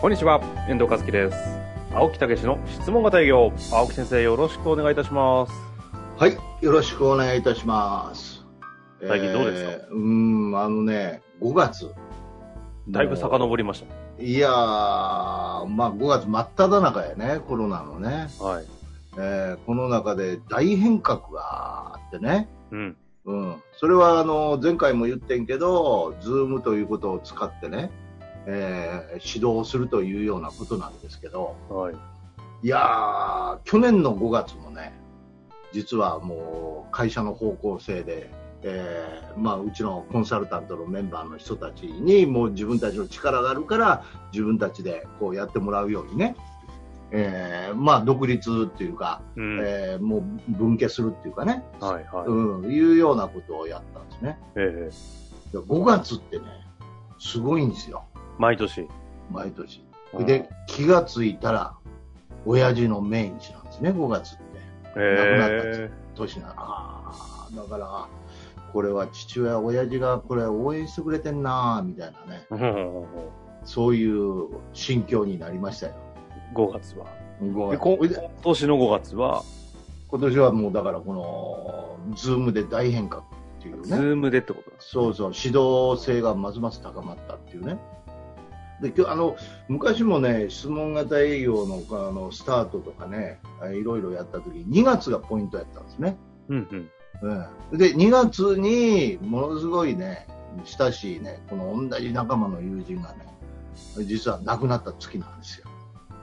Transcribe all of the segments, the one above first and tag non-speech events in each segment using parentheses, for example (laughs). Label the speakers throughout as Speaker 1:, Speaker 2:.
Speaker 1: こんにちは、遠藤和樹です。青木武の質問型営業、青木先生よろしくお願いいたします。
Speaker 2: はい、よろしくお願いいたします。
Speaker 1: 最近どうですか
Speaker 2: えーうーん、あのね、5月。
Speaker 1: だいぶ遡りまし
Speaker 2: いやー、まあ5月真っ只中やね、コロナのね。
Speaker 1: た。はい。
Speaker 2: えーこの中で大変革があってね。
Speaker 1: うん。
Speaker 2: うん。それはあの、前回も言ってんけど、ズームということを使ってね、えー指導するというようなことなんですけど、
Speaker 1: はい。
Speaker 2: いやー、去年の5月もね、実はもう会社の方向性で、えーまあ、うちのコンサルタントのメンバーの人たちにもう自分たちの力があるから自分たちでこうやってもらうようにね、えーまあ、独立っていうか、
Speaker 1: うん。
Speaker 2: えーもう分家するっていうかね、
Speaker 1: はい、はい。
Speaker 2: うん、いうようなことをやったんですね
Speaker 1: ええ
Speaker 2: で5月ってねすごいんですよ
Speaker 1: 毎年。
Speaker 2: 毎年で気がついたら親父の命日なんですね5月って。
Speaker 1: うん、
Speaker 2: くなったんです
Speaker 1: ええ
Speaker 2: 年なあーだからこれは父親親父がこれ応援してくれてんなーみたいなね
Speaker 1: うんうんうんうん
Speaker 2: そういう心境になりましたよ
Speaker 1: 5月は。
Speaker 2: ごめ
Speaker 1: で
Speaker 2: ん
Speaker 1: こ
Speaker 2: ほいで
Speaker 1: 今年の5月は、
Speaker 2: 今年はもうだからこのズームで大変革っていう
Speaker 1: ズ
Speaker 2: ね
Speaker 1: ームでってことです。
Speaker 2: そうそう指導性がますます高まったっていうねで今日あの昔もね質問型営業のあのスタートとかねいろいろやった時2月がポイントやったんですね
Speaker 1: うん、うん。
Speaker 2: うん、で2月にものすごいね親しいねこの同じ仲間の友人がね実は亡くなった月なんですよ、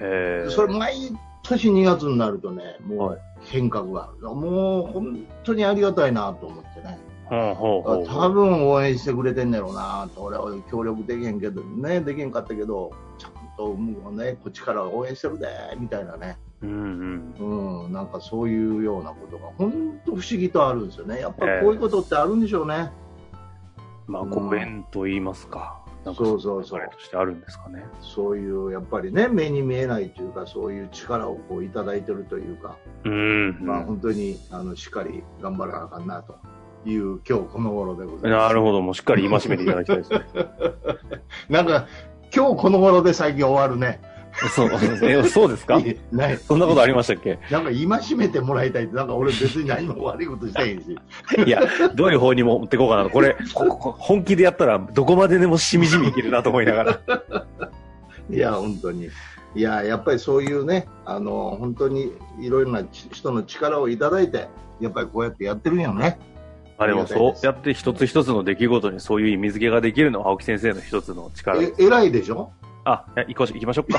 Speaker 1: へえ。
Speaker 2: それ毎年2月になるとねも
Speaker 1: はいう
Speaker 2: 変革がある、もう本当にありがたいなと思ってね
Speaker 1: ほうほうほう
Speaker 2: 多分応援してくれてんねやろうなと俺は協力できへんけどねできへんかったけどちゃんともうねこっちから応援してるでみたいなね
Speaker 1: うん、うん。
Speaker 2: うん、なんかそういうようなことが本当不思議とあるんですよね、やっぱりこういうことってあるんでしょうね、
Speaker 1: まあ、ご縁と言いますか。なんか
Speaker 2: そうそうそう
Speaker 1: 流れとしてあるんですかね。
Speaker 2: そういうやっぱりね、目に見えないというか、そういう力をこういただいてるというか、
Speaker 1: うん、うん
Speaker 2: まあ、本当にあのしっかり頑張らなあかんなという、今日この頃でございま
Speaker 1: な
Speaker 2: す。
Speaker 1: るほど。もうしっかり戒めていただきたいですね。
Speaker 2: なんか今日この頃で最近終わるね。
Speaker 1: そう、 (laughs) えそうですか
Speaker 2: ない
Speaker 1: そんなことありましたっけ
Speaker 2: なんか戒めてもらいたいって、なんか俺別に何も悪いことしてへん
Speaker 1: (laughs)
Speaker 2: し。
Speaker 1: いや、どういう方にも持っていこうかなと。これ、ここ本気でやったら、どこまででもしみじみいけるなと思いながら。
Speaker 2: いや、本当に。いや、やっぱりそういうね、あの、本当にいろいろなち人の力をいただいて、やっぱりこうやってやってるんやね。
Speaker 1: ま (laughs) あでも、そうやって一つ一つの出来事にそういう意味付けができるのは、青木先生の一つの力で
Speaker 2: え
Speaker 1: す。、
Speaker 2: 偉いでしょ
Speaker 1: あ、え行こうし行きましょう (laughs) か。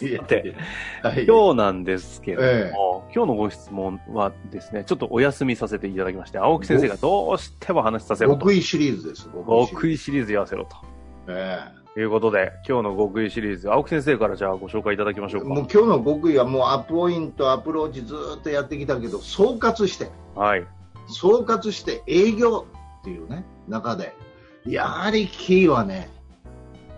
Speaker 2: いや
Speaker 1: さて、
Speaker 2: はい。
Speaker 1: 今日なんですけれども、
Speaker 2: ええ
Speaker 1: 今日のご質問はですね、ちょっとお休みさせていただきまして、青木先生がどうしても話させろと。
Speaker 2: 極意シリーズです。
Speaker 1: 極
Speaker 2: 意。
Speaker 1: 意シリーズやらせろと。
Speaker 2: え
Speaker 1: ということで、今日の極意シリーズ、青木先生からじゃあご紹介いただきまし
Speaker 2: え
Speaker 1: ょう
Speaker 2: もう今
Speaker 1: か。
Speaker 2: 日の極意はもうアポイント、アプローチずーっとやってきたけど、総括して、
Speaker 1: はい。
Speaker 2: 総括して営業っていうね、中で、やはりキーはね、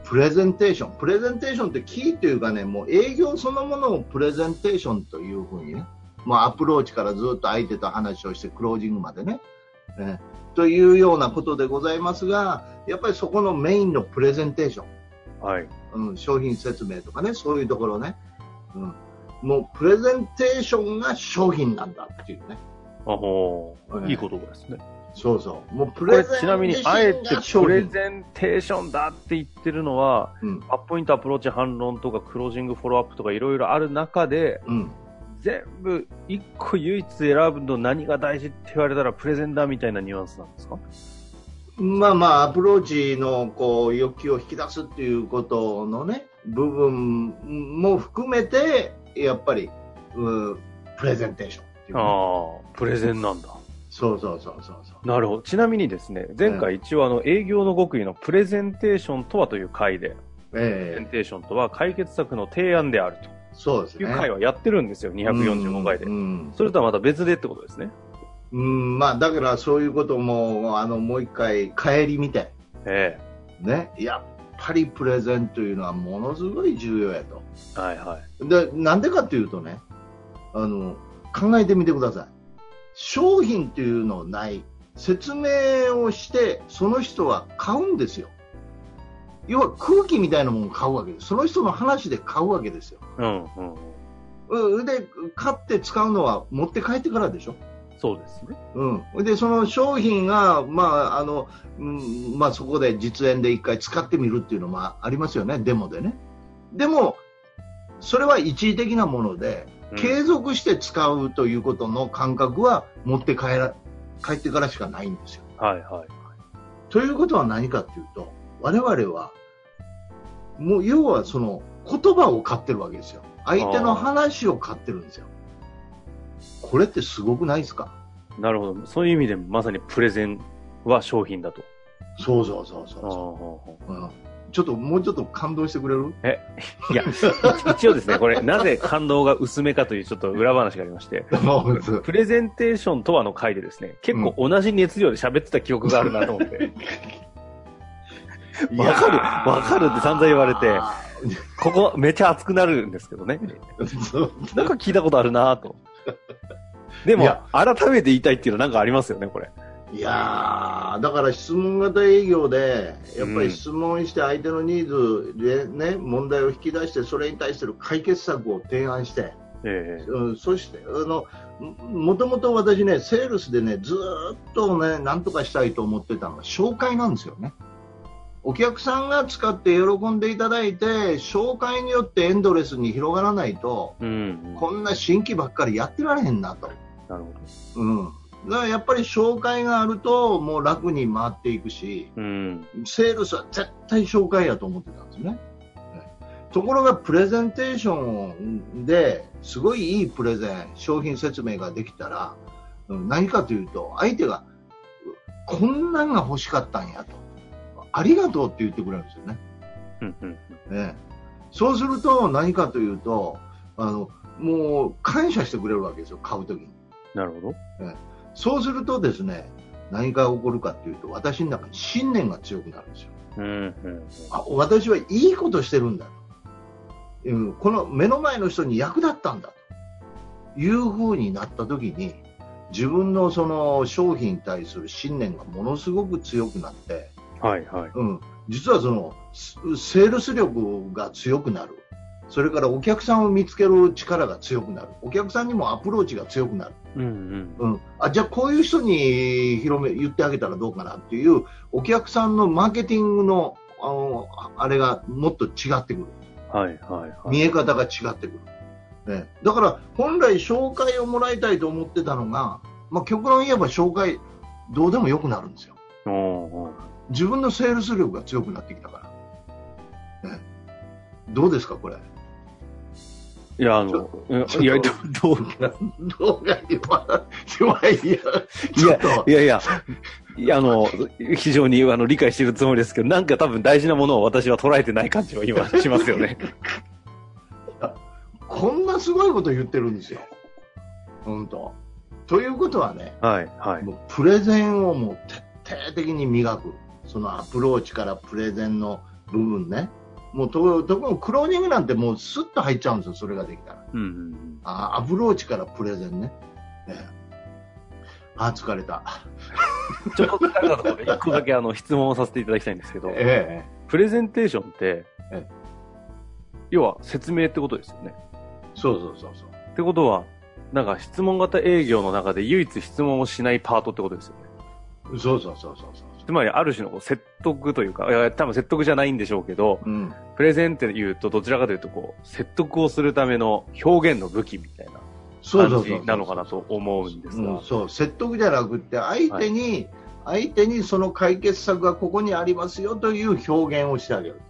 Speaker 2: プレゼンテーション。プレゼンテーションってキーというかね、もう営業そのものをプレゼンテーションというふうにね、まあアプローチからずっと相手と話をしてクロージングまでね、えーというようなことでございますが、やっぱりそこのメインのプレゼンテーション。
Speaker 1: はい。
Speaker 2: うん、商品説明とかね、そういうところね、うん、もうプレゼンテーションが商品なんだっていうね、
Speaker 1: あほう
Speaker 2: うん
Speaker 1: いい言葉ですね。
Speaker 2: そうそう、もうプ
Speaker 1: これ
Speaker 2: レゼン
Speaker 1: ちなみに、あえて
Speaker 2: 自身
Speaker 1: プ
Speaker 2: が
Speaker 1: レ
Speaker 2: 商品
Speaker 1: ゼンテーションだって言ってるのは、
Speaker 2: うん
Speaker 1: アップポイント、アプローチ、反論とか、クロージング、フォローアップとかいろいろある中で、
Speaker 2: うん、
Speaker 1: 全部、一個唯一選ぶの何が大事って言われたら、プレゼンだみたいなニュアンスなんですか
Speaker 2: まあまあ、アプローチのこう欲求を引き出すっていうことのね、部分も含めて、やっぱり、うん、プレゼンテーションっていうね、
Speaker 1: ああ、プレゼンなんだ。
Speaker 2: そうそうそうそうそう。
Speaker 1: なるほど。ちなみにですね、前回一応あの営業の極意のプレゼンテーションとはという回で、プレゼン
Speaker 2: ええ
Speaker 1: テーションとは解決策の提案である
Speaker 2: そうです
Speaker 1: とい
Speaker 2: ね。
Speaker 1: う回はやってるんですよ、245回で
Speaker 2: う。ん、
Speaker 1: それとはまた別でってことですね。
Speaker 2: うんまあ、だからそういうこともあのもう一回帰り見て、
Speaker 1: え
Speaker 2: ね、やっぱりプレゼンというのはものすごい重要やと。
Speaker 1: えはいはい。
Speaker 2: でなんでかっていうとねあの考えてみてください商品っていうのない説明をしてその人は買うんですよ要は空気みたいなものを買うわけですその人の話で買うわけですよ
Speaker 1: うんうん。
Speaker 2: うで買って使うのは持って帰ってからでしょ
Speaker 1: そうですね。
Speaker 2: うん、でその商品が、まああのうんまあ、そこで実演で一回使ってみるっていうのもありますよね、デモでね。でも、それは一時的なもので、
Speaker 1: うん
Speaker 2: 継続して使うということの感覚は持って帰ら帰ってからしかないんですよ。
Speaker 1: はいはい。
Speaker 2: ということは何かっていうと、我々は、もう要はその言葉を買ってるわけですよ。相手の話を買ってるんですよ。これってすごくないですか
Speaker 1: なるほど。そういう意味でまさにプレゼンは商品だと。
Speaker 2: そうそうそうそうそう。
Speaker 1: あ
Speaker 2: うんちょっともうちょっと感動してく
Speaker 1: (laughs)
Speaker 2: れる
Speaker 1: あい (laughs) や、一応ですね、これ、なぜ感動が薄めかというちょっと裏話がありまして、プレゼンテーションとはの回でですね、結構同じ熱量で喋ってた記憶があるなと思って、 (laughs)
Speaker 2: いやー
Speaker 1: わかるわかるって散々言われてここめちゃ熱くなるんですけどね。
Speaker 2: そう
Speaker 1: なんか聞いたことあるなぁと。で
Speaker 2: い
Speaker 1: も
Speaker 2: や、
Speaker 1: 改めて言いたいっていうのはなんかありますよね、これ。
Speaker 2: いやーだから質問型営業でやっぱり質問して相手のニーズで、ね問題を引き出してそれに対する解決策を提案して、
Speaker 1: え
Speaker 2: うん、そしてあのももともと私ねセールスでねずーっとねなんとかしたいと思ってたのが紹介なんですよね。お客さんが使って喜んでいただいて紹介によってエンドレスに広がらないと
Speaker 1: えうん。なる
Speaker 2: こんな新規ばっかりやってられへんなと、
Speaker 1: ほど。
Speaker 2: うん、だからやっぱり紹介があるともう楽に回っていくし
Speaker 1: うん。
Speaker 2: セールスは絶対紹介やと思ってたんですね。はいところがプレゼンテーションですごいいいプレゼン商品説明ができたらうん何かというと相手がうこんなんが欲しかったんやとありがとうって言ってくれるんですよね。
Speaker 1: うんうん。
Speaker 2: ね、そうすると何かというとあのもう感謝してくれるわけですよ、買うときに。
Speaker 1: なるほど。
Speaker 2: そうするとですね何が起こるかというと私の中に信念が強くなるんですよ。
Speaker 1: うんうん。
Speaker 2: あ私はいいことしてるんだ、うん、この目の前の人に役立ったんだというふうになったときに自分のその商品に対する信念がものすごく強くなって、
Speaker 1: はいはい。
Speaker 2: うん、実はそのスセールス力が強くなる、それからお客さんを見つける力が強くなる、お客さんにもアプローチが強くなる、
Speaker 1: うんうん。
Speaker 2: うん、あじゃあこういう人に広め言ってあげたらどうかなっていう、お客さんのマーケティングのあのあれがもっと違ってくる、
Speaker 1: はいはいはい。
Speaker 2: 見え方が違ってくる、ね、だから本来、紹介をもらいたいと思ってたのが、まあ、極論言えば紹介、どうでもよくなるんですよ。
Speaker 1: おーお
Speaker 2: 自分のセールス力が強くなってきたから、ね、どうですか、
Speaker 1: (laughs)
Speaker 2: これ、
Speaker 1: ーいや、あ
Speaker 2: ち
Speaker 1: の
Speaker 2: ょ、
Speaker 1: うんいや、
Speaker 2: ち
Speaker 1: どど
Speaker 2: ょ
Speaker 1: う
Speaker 2: どうが言わないいや、ちょっと
Speaker 1: いやいや、いやあの、非常にあの理解してるつもりですけど、なんか多分大事なものを私は捉えてない感じは今しますよね。
Speaker 2: こんなすごいこと言ってるんですよ、本当。ということはね、
Speaker 1: はいはい。
Speaker 2: もうプレゼンをもう徹底的に磨く、そのアプローチからプレゼンの部分ね、もうと特にクローニングなんてもうすっと入っちゃうんですよ、それができたら。
Speaker 1: うんうん
Speaker 2: あアプローチからプレゼンね。ねあ、疲れた。
Speaker 1: うん。ちょっと、一個だけあの質問をさせていただきたいんですけど、
Speaker 2: ええ
Speaker 1: プレゼンテーションって
Speaker 2: ええ、
Speaker 1: 要は説明ってことですよね。
Speaker 2: そうそうそうそう。
Speaker 1: ってことは、なんか質問型営業の中で唯一質問をしないパートってことですよね。
Speaker 2: そうそうそうそうそう
Speaker 1: つまりある種のこう説得というか、いや多分説得じゃないんでしょうけど、
Speaker 2: う。ん。
Speaker 1: プレゼンって言うとどちらかというとこう、説得をするための表現の武器みたいな
Speaker 2: そうそ
Speaker 1: 感
Speaker 2: うそ
Speaker 1: じ
Speaker 2: う。
Speaker 1: なのかなと思うんです
Speaker 2: う
Speaker 1: が
Speaker 2: ん、。そう、説得じゃなくって、相手に、相手にその解決策がここにありますよという表現をしてあげる。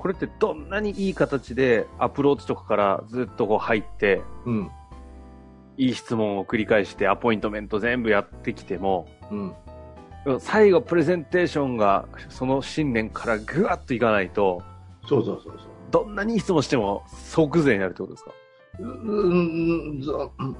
Speaker 1: これってどんなにいい形でアプローチとかからずっとこう入って、
Speaker 2: うん。
Speaker 1: いい質問を繰り返してアポイントメント全部やってきても、
Speaker 2: うん、
Speaker 1: 最後プレゼンテーションがその信念からぐわっといかないと、
Speaker 2: そうそうそうそう。
Speaker 1: どんなにいい質問しても即ぜになるってことですか
Speaker 2: ううんざ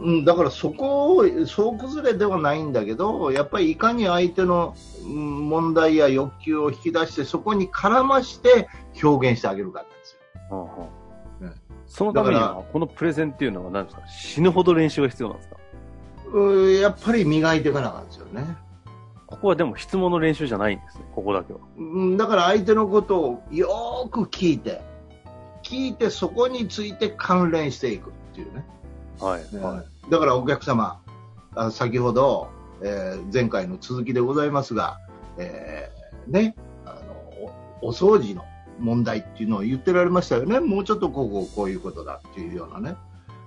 Speaker 2: うんだからそこを総崩れではないんだけどやっぱりいかに相手のうん問題や欲求を引き出してそこに絡まして表現してあげるかなんですようん
Speaker 1: そのために
Speaker 2: だか
Speaker 1: は、このプレゼンっていうのは何ですか死ぬほど練習が必要なんですか
Speaker 2: うーやっぱり磨いていかなあかんですよね
Speaker 1: ここはでも質問の練習じゃないんですね、ここだけは。
Speaker 2: うんだから相手のことをよーく聞いて聞いてそこについて関連していくっていうね
Speaker 1: はい。は
Speaker 2: はい、だからお客様、あ先ほど、えー前回の続きでございますが、えーね、あのおお掃除の問題っていうのを言ってられましたよね、もうちょっとこうこうこういうことだっていうようなね、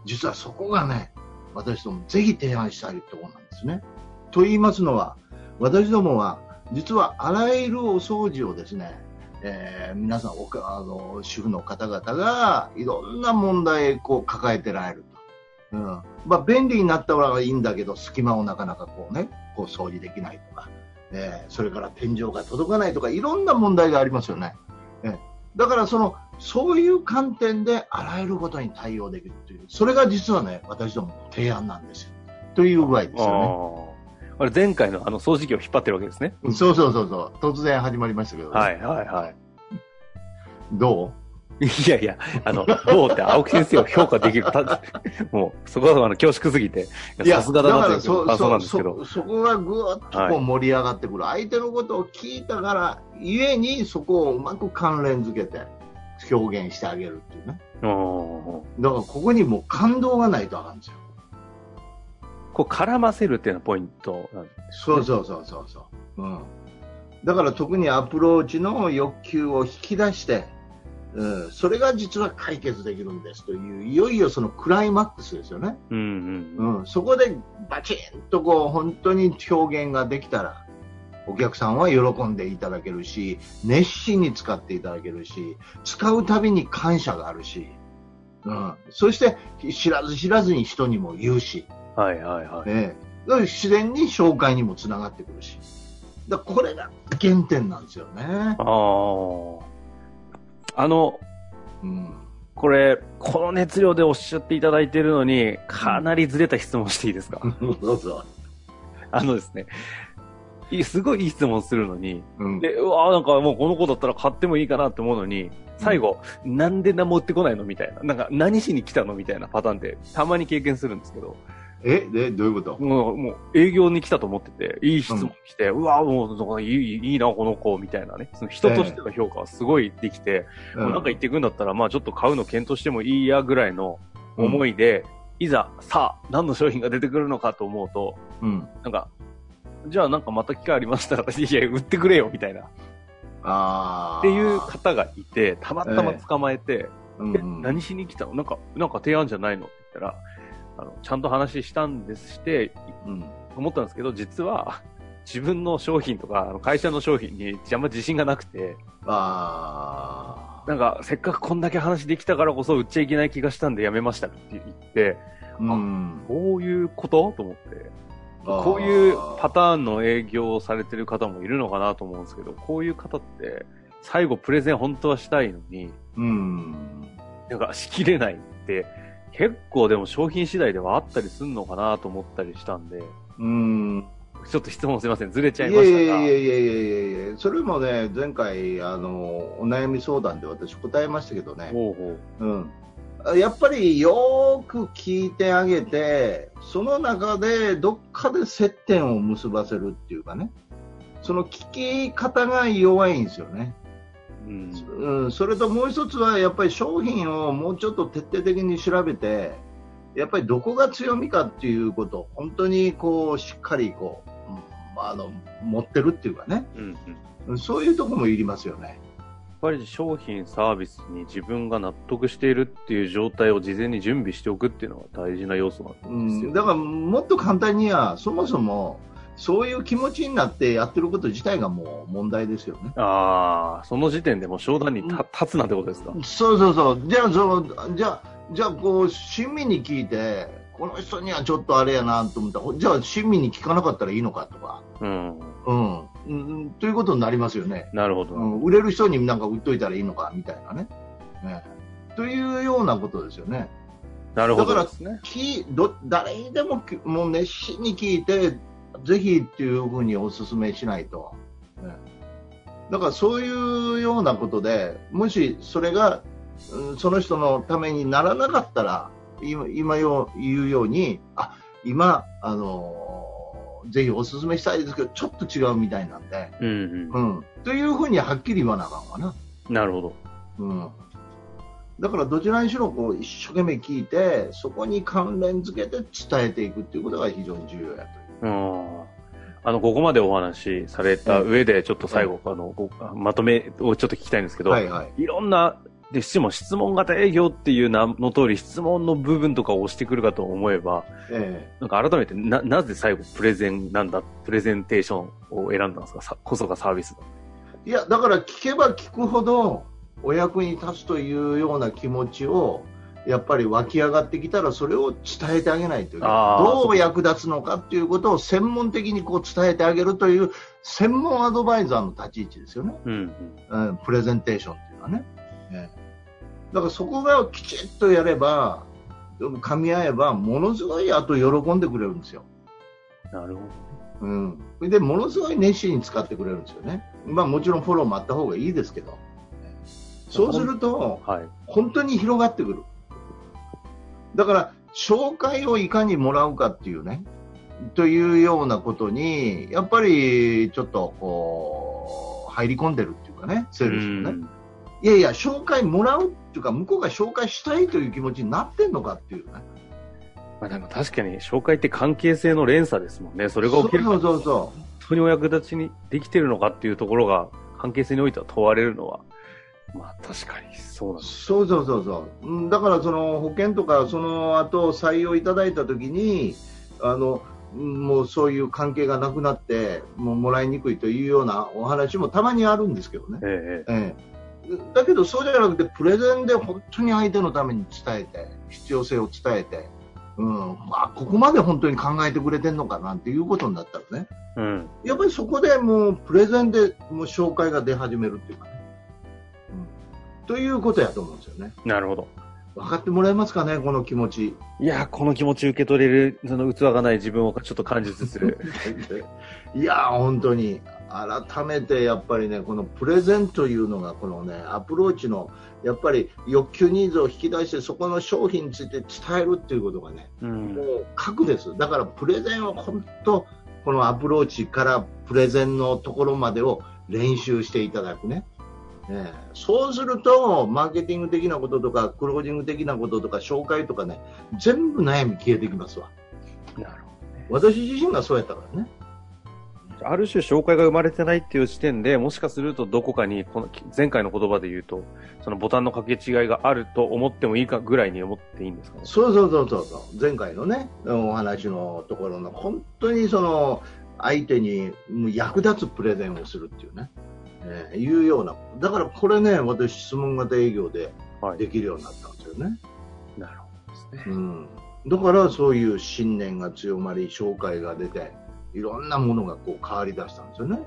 Speaker 2: 実はそこがね、私どもぜひ提案したいところなんですね。と言いますのは、私どもは実はあらゆるお掃除をですね、えー皆さんおかあの主婦の方々がいろんな問題をこう抱えてられると。うんまあ、便利になったはいいんだけど隙間をなかなかこう、ね、こう掃除できないとか、えーそれから天井が届かないとかいろんな問題がありますよね、えーだからそのそういう観点であらゆることに対応できるというそれが実はね私どもの提案なんですよという具合です
Speaker 1: い、あ
Speaker 2: よ
Speaker 1: ーあれ、前回のあの掃除機を引っ張ってるわけですね。
Speaker 2: ねそうそうそうそう突然始まりましたけど、
Speaker 1: はい、はい、はい。
Speaker 2: ど
Speaker 1: いやいや、あの、どうって青木先生を評価できる。た (laughs) もう、そこはあの恐縮すぎて、
Speaker 2: う
Speaker 1: いやさすがだなとい
Speaker 2: から
Speaker 1: う
Speaker 2: そ
Speaker 1: 感想なん
Speaker 2: そ
Speaker 1: ですけど。
Speaker 2: そそこがぐーっとこう盛り上がってくる、相手のことを聞いたからゆえにそこをうまく関連づけて表現してあげるっていうね
Speaker 1: うん
Speaker 2: だからここにもう感動がないとあかんですよ
Speaker 1: こう絡ませるっていうのはポイントなんです
Speaker 2: そうそうそうそうそう、うん、だから特にアプローチの欲求を引き出して、うん、それが実は解決できるんですといういよいよそのクライマックスですよね
Speaker 1: うんうん
Speaker 2: うん、そこでバチンとこう本当に表現ができたらお客さんは喜んでいただけるし熱心に使っていただけるし使うたびに感謝があるし、うん、そして知らず知らずに人にも言うし、
Speaker 1: はいはいはい。
Speaker 2: ね、だから自然に紹介にもつながってくるしだからこれが原点なんですよね。
Speaker 1: あーあの、 (laughs)
Speaker 2: うん
Speaker 1: これ、この熱量でおっしゃっていただいてるのに、かなりずれた質問していいですか、
Speaker 2: どうぞ
Speaker 1: あのですね、いいすごいいい質問するのに、
Speaker 2: うん
Speaker 1: で、うわなんかもうこの子だったら買ってもいいかなって思うのに、最後、なんで何持ってこないのみたいな、なんか何しに来たのみたいなパターンってたまに経験するんですけど、
Speaker 2: えでどういうこと
Speaker 1: もうもう営業に来たと思ってて、いい質問来て、うわもうなんかいいいいな、この子、みたいなね、その人としての評価はすごいできて、もうなんか言ってくんだったら、まあちょっと買うの検討してもいいやぐらいの思いで、いざ、さあ、何の商品が出てくるのかと思うと、
Speaker 2: うん、
Speaker 1: なんか、じゃあなんかまた機会ありましたら、 (laughs) いや、売ってくれよ、みたいな、っ
Speaker 2: あー
Speaker 1: ていう方がいて、たまたま捕まえて、
Speaker 2: うん
Speaker 1: え何しに来たのなんか、なんか提案じゃないのって言ったら、あの、ちゃんと話したんですして、
Speaker 2: うん
Speaker 1: 思ったんですけど、実は、自分の商品とか、あの会社の商品にあんま自信がなくて、
Speaker 2: あ
Speaker 1: なんか、せっかくこんだけ話できたからこそ売っちゃいけない気がしたんでやめましたって言って、
Speaker 2: あ、うん、
Speaker 1: こういうことと思って、こういうパターンの営業をされてる方もいるのかなと思うんですけど、こういう方って、最後プレゼン本当はしたいのに、
Speaker 2: うん、
Speaker 1: なんかしきれないって、結構でも商品次第ではあったりするのかなと思ったりしたんで、
Speaker 2: うん、
Speaker 1: ちょっと質問すいません、ずれ
Speaker 2: い
Speaker 1: ちゃ
Speaker 2: や
Speaker 1: い
Speaker 2: い
Speaker 1: ま
Speaker 2: や
Speaker 1: し
Speaker 2: い
Speaker 1: たが。
Speaker 2: やいやいやいやいや、それもね、前回、あの、お悩み相談で私答えましたけどね、
Speaker 1: ほうほう
Speaker 2: うん。やっぱりよーく聞いてあげて、その中でどっかで接点を結ばせるっていうかね、その聞き方が弱いんですよね。
Speaker 1: うん
Speaker 2: うん、それともう一つはやっぱり商品をもうちょっと徹底的に調べてやっぱりどこが強みかっていうことを本当にこうしっかりこう、うんまあ、あの持ってるっていうかね
Speaker 1: うんうん
Speaker 2: うんそういうとこもいりますよね。
Speaker 1: やっぱり商品、サービスに自分が納得しているっていう状態を事前に準備しておくっていうのが大事な要素なんです
Speaker 2: う
Speaker 1: よ
Speaker 2: ん、だからもっと簡単にはそもそもそういう気持ちになってやってること自体がもう問題ですよね。
Speaker 1: ああ、その時点でもう商談にた立つなんてことですか、
Speaker 2: そうそうそうじゃあそのじゃあじゃあこう親身に聞いてこの人にはちょっとあれやなと思ったらじゃあ親身に聞かなかったらいいのかとか、
Speaker 1: うん。
Speaker 2: うんうん、ということになりますよね、
Speaker 1: なるほど。
Speaker 2: うん、売れる人になんか売っといたらいいのかみたいなねねというようなことですよね。
Speaker 1: なるほ
Speaker 2: だか
Speaker 1: ど
Speaker 2: ら
Speaker 1: ですね。
Speaker 2: きど誰にでもきもう熱心に聞いてぜひっていうふうにお勧めしないと、ねだからそういうようなことでもしそれが、うんその人のためにならなかったら今今よ言うようにあ今、あのーぜひお勧めしたいですけどちょっと違うみたいなんで、
Speaker 1: うんう
Speaker 2: うん、というふうにはっきり言わなあかんわな。
Speaker 1: ん。なるほど。
Speaker 2: うんだからどちらにしろこう一生懸命聞いてそこに関連付けて伝えていくっていうことが非常に重要や
Speaker 1: うん。あの、ここまでお話しされた上で、ちょっと最後、あの、ごまとめをちょっと聞きたいんですけ
Speaker 2: と。
Speaker 1: ど、
Speaker 2: はいはい。
Speaker 1: いろんな、で、質問、質問型営業っていう名の通り、質問の部分とかを押してくるかと思えば、
Speaker 2: え
Speaker 1: なんか改めて、な、なぜ最後、プレゼンなんだ、プレゼンテーションを選んだんですかさこそがサービスだ。
Speaker 2: えいやだから聞けば聞くほどお役に立つというような気持ちをやっぱり湧き上がってきたらそれを伝えてあげないという
Speaker 1: あー
Speaker 2: どう役立つのかっていうことを専門的にこう伝えてあげるという専門アドバイザーの立ち位置ですよね。
Speaker 1: うん、うん。
Speaker 2: うんプレゼンテーションっていうのはね。ええだからそこがきちっとやれば、噛み合えば、ものすごいあと喜んでくれるんですよ。
Speaker 1: なるほ
Speaker 2: うん。それで、ものすごい熱心に使ってくれるんですよね。まあもちろんフォローもあった方がいいですけど。そうすると、
Speaker 1: ど。はい。
Speaker 2: 本当に広がってくる。だから、紹介をいかにもらうかっていうね、というようなことに、やっぱりちょっとこう、入り込んでるっていうかね、セールスのね。
Speaker 1: うん
Speaker 2: いやいや、紹介もらうっていうか、向こうが紹介したいという気持ちになってんのかっていうね。
Speaker 1: まあでも確かに紹介って関係性の連鎖ですもんね。それが起きる
Speaker 2: そ
Speaker 1: か
Speaker 2: うそうそ
Speaker 1: 本当にお役立ちにできてるのかっていうところが関係性においては問われるのは、まあ確かにそうなん
Speaker 2: う。
Speaker 1: です。
Speaker 2: そうそうそうそう。うんだから、その保険とか、その後採用いただいたときに、あの、うんもうそういう関係がなくなって、もうもらいにくいというようなお話もたまにあるんですけどね。
Speaker 1: ええ
Speaker 2: ええ、だけどそうじゃなくてプレゼンで本当に相手のために伝えて必要性を伝えて、うんあ、ここまで本当に考えてくれてるのかなっていうことになったらね
Speaker 1: うん。
Speaker 2: やっぱりそこでもうプレゼンでもう紹介が出始めるっていうかね、うん、ということやと思うんですよね
Speaker 1: なるほど。
Speaker 2: 分かってもらえますかねこの気持ち
Speaker 1: いやー、この気持ち受け取れる、その器がない自分をちょっと感じつ (laughs) つ、
Speaker 2: いやー本当に改めてやっぱりねこのプレゼンというのがこのねアプローチのやっぱり欲求ニーズを引き出してそこの商品について伝えるっていうことがね
Speaker 1: うん
Speaker 2: も。う核ですだからプレゼンは本当このアプローチからプレゼンのところまでを練習していただくね、ええそうするとマーケティング的なこととかクロージング的なこととか紹介とかね全部悩み消えてきますわ
Speaker 1: なるほ
Speaker 2: 私自身がそうやったからね
Speaker 1: ど。ある種紹介が生まれてないっていう時点で、もしかするとどこかに、この前回の言葉で言うと、そのボタンの掛け違いがあると思ってもいいかぐらいに思っていいんですかね。
Speaker 2: そうそうそうそうそう前回のねお話のところの本当にその相手に役立つプレゼンをするっていうね、えーいうようなだからこれね私質問型営業で
Speaker 1: はい
Speaker 2: できるようになったんですよね、
Speaker 1: なるほどです
Speaker 2: う
Speaker 1: ね。
Speaker 2: ん、だからそういう信念が強まり紹介が出ていろんなものがこう変わりだしたんですよね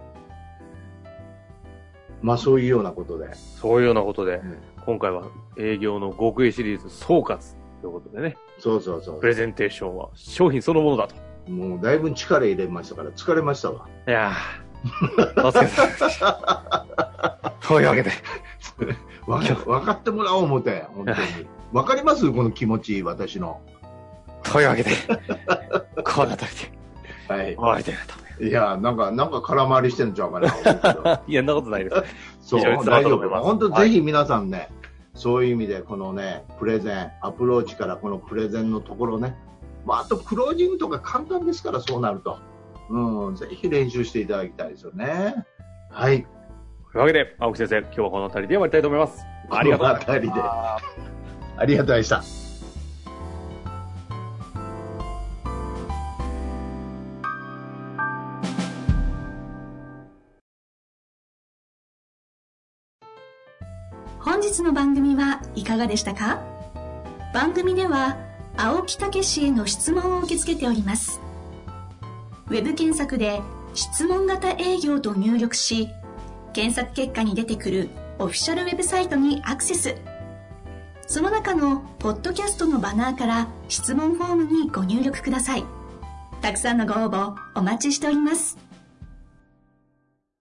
Speaker 2: まあそういうようなことで、
Speaker 1: そういうようなことで
Speaker 2: う、ん
Speaker 1: 今回は営業の極意シリーズ総括ということでね、
Speaker 2: そうそうそ
Speaker 1: プレゼンテーションは商品そのものだと。
Speaker 2: うもうだいぶ力入れましたから疲れましたわ
Speaker 1: いやー、お疲れ様でした。というわけで。
Speaker 2: わか分かってもらおう思て、本当に
Speaker 1: は。
Speaker 2: 分かりますこの気持ち、私の。
Speaker 1: というわけで。こうなったりで
Speaker 2: はい
Speaker 1: 終。わりたいなと。
Speaker 2: いや、なんか、なんか空回りしてんちゃうかな思うけ
Speaker 1: (laughs)
Speaker 2: ど。
Speaker 1: いや、そんなことないです。
Speaker 2: そう、
Speaker 1: 非常に伝わった
Speaker 2: 大
Speaker 1: と
Speaker 2: 丈
Speaker 1: 思い
Speaker 2: 夫。
Speaker 1: ます
Speaker 2: 本当、ぜひ皆さんね、そういう意味で、このね、プレゼン、アプローチからこのプレゼンのところね、まあ、あとクロージングとか簡単ですから、そうなると。うん、ぜひ練習していただきたいですよね。はい。
Speaker 1: というわけで、青木先生、今日はこのあたりで終わりたいと思います。ありがとうございました
Speaker 2: この辺りで。ありがとうございました。
Speaker 3: 本日の番組はいかがでしたか番組では
Speaker 4: 青木武氏への質問を受け付けておりますウェブ検索で「質問型営業」と入力し検索結果に出てくるオフィシャルウェブサイトにアクセスその中のポッドキャストのバナーから質問フォームにご入力くださいたくさんのご応募お待ちしております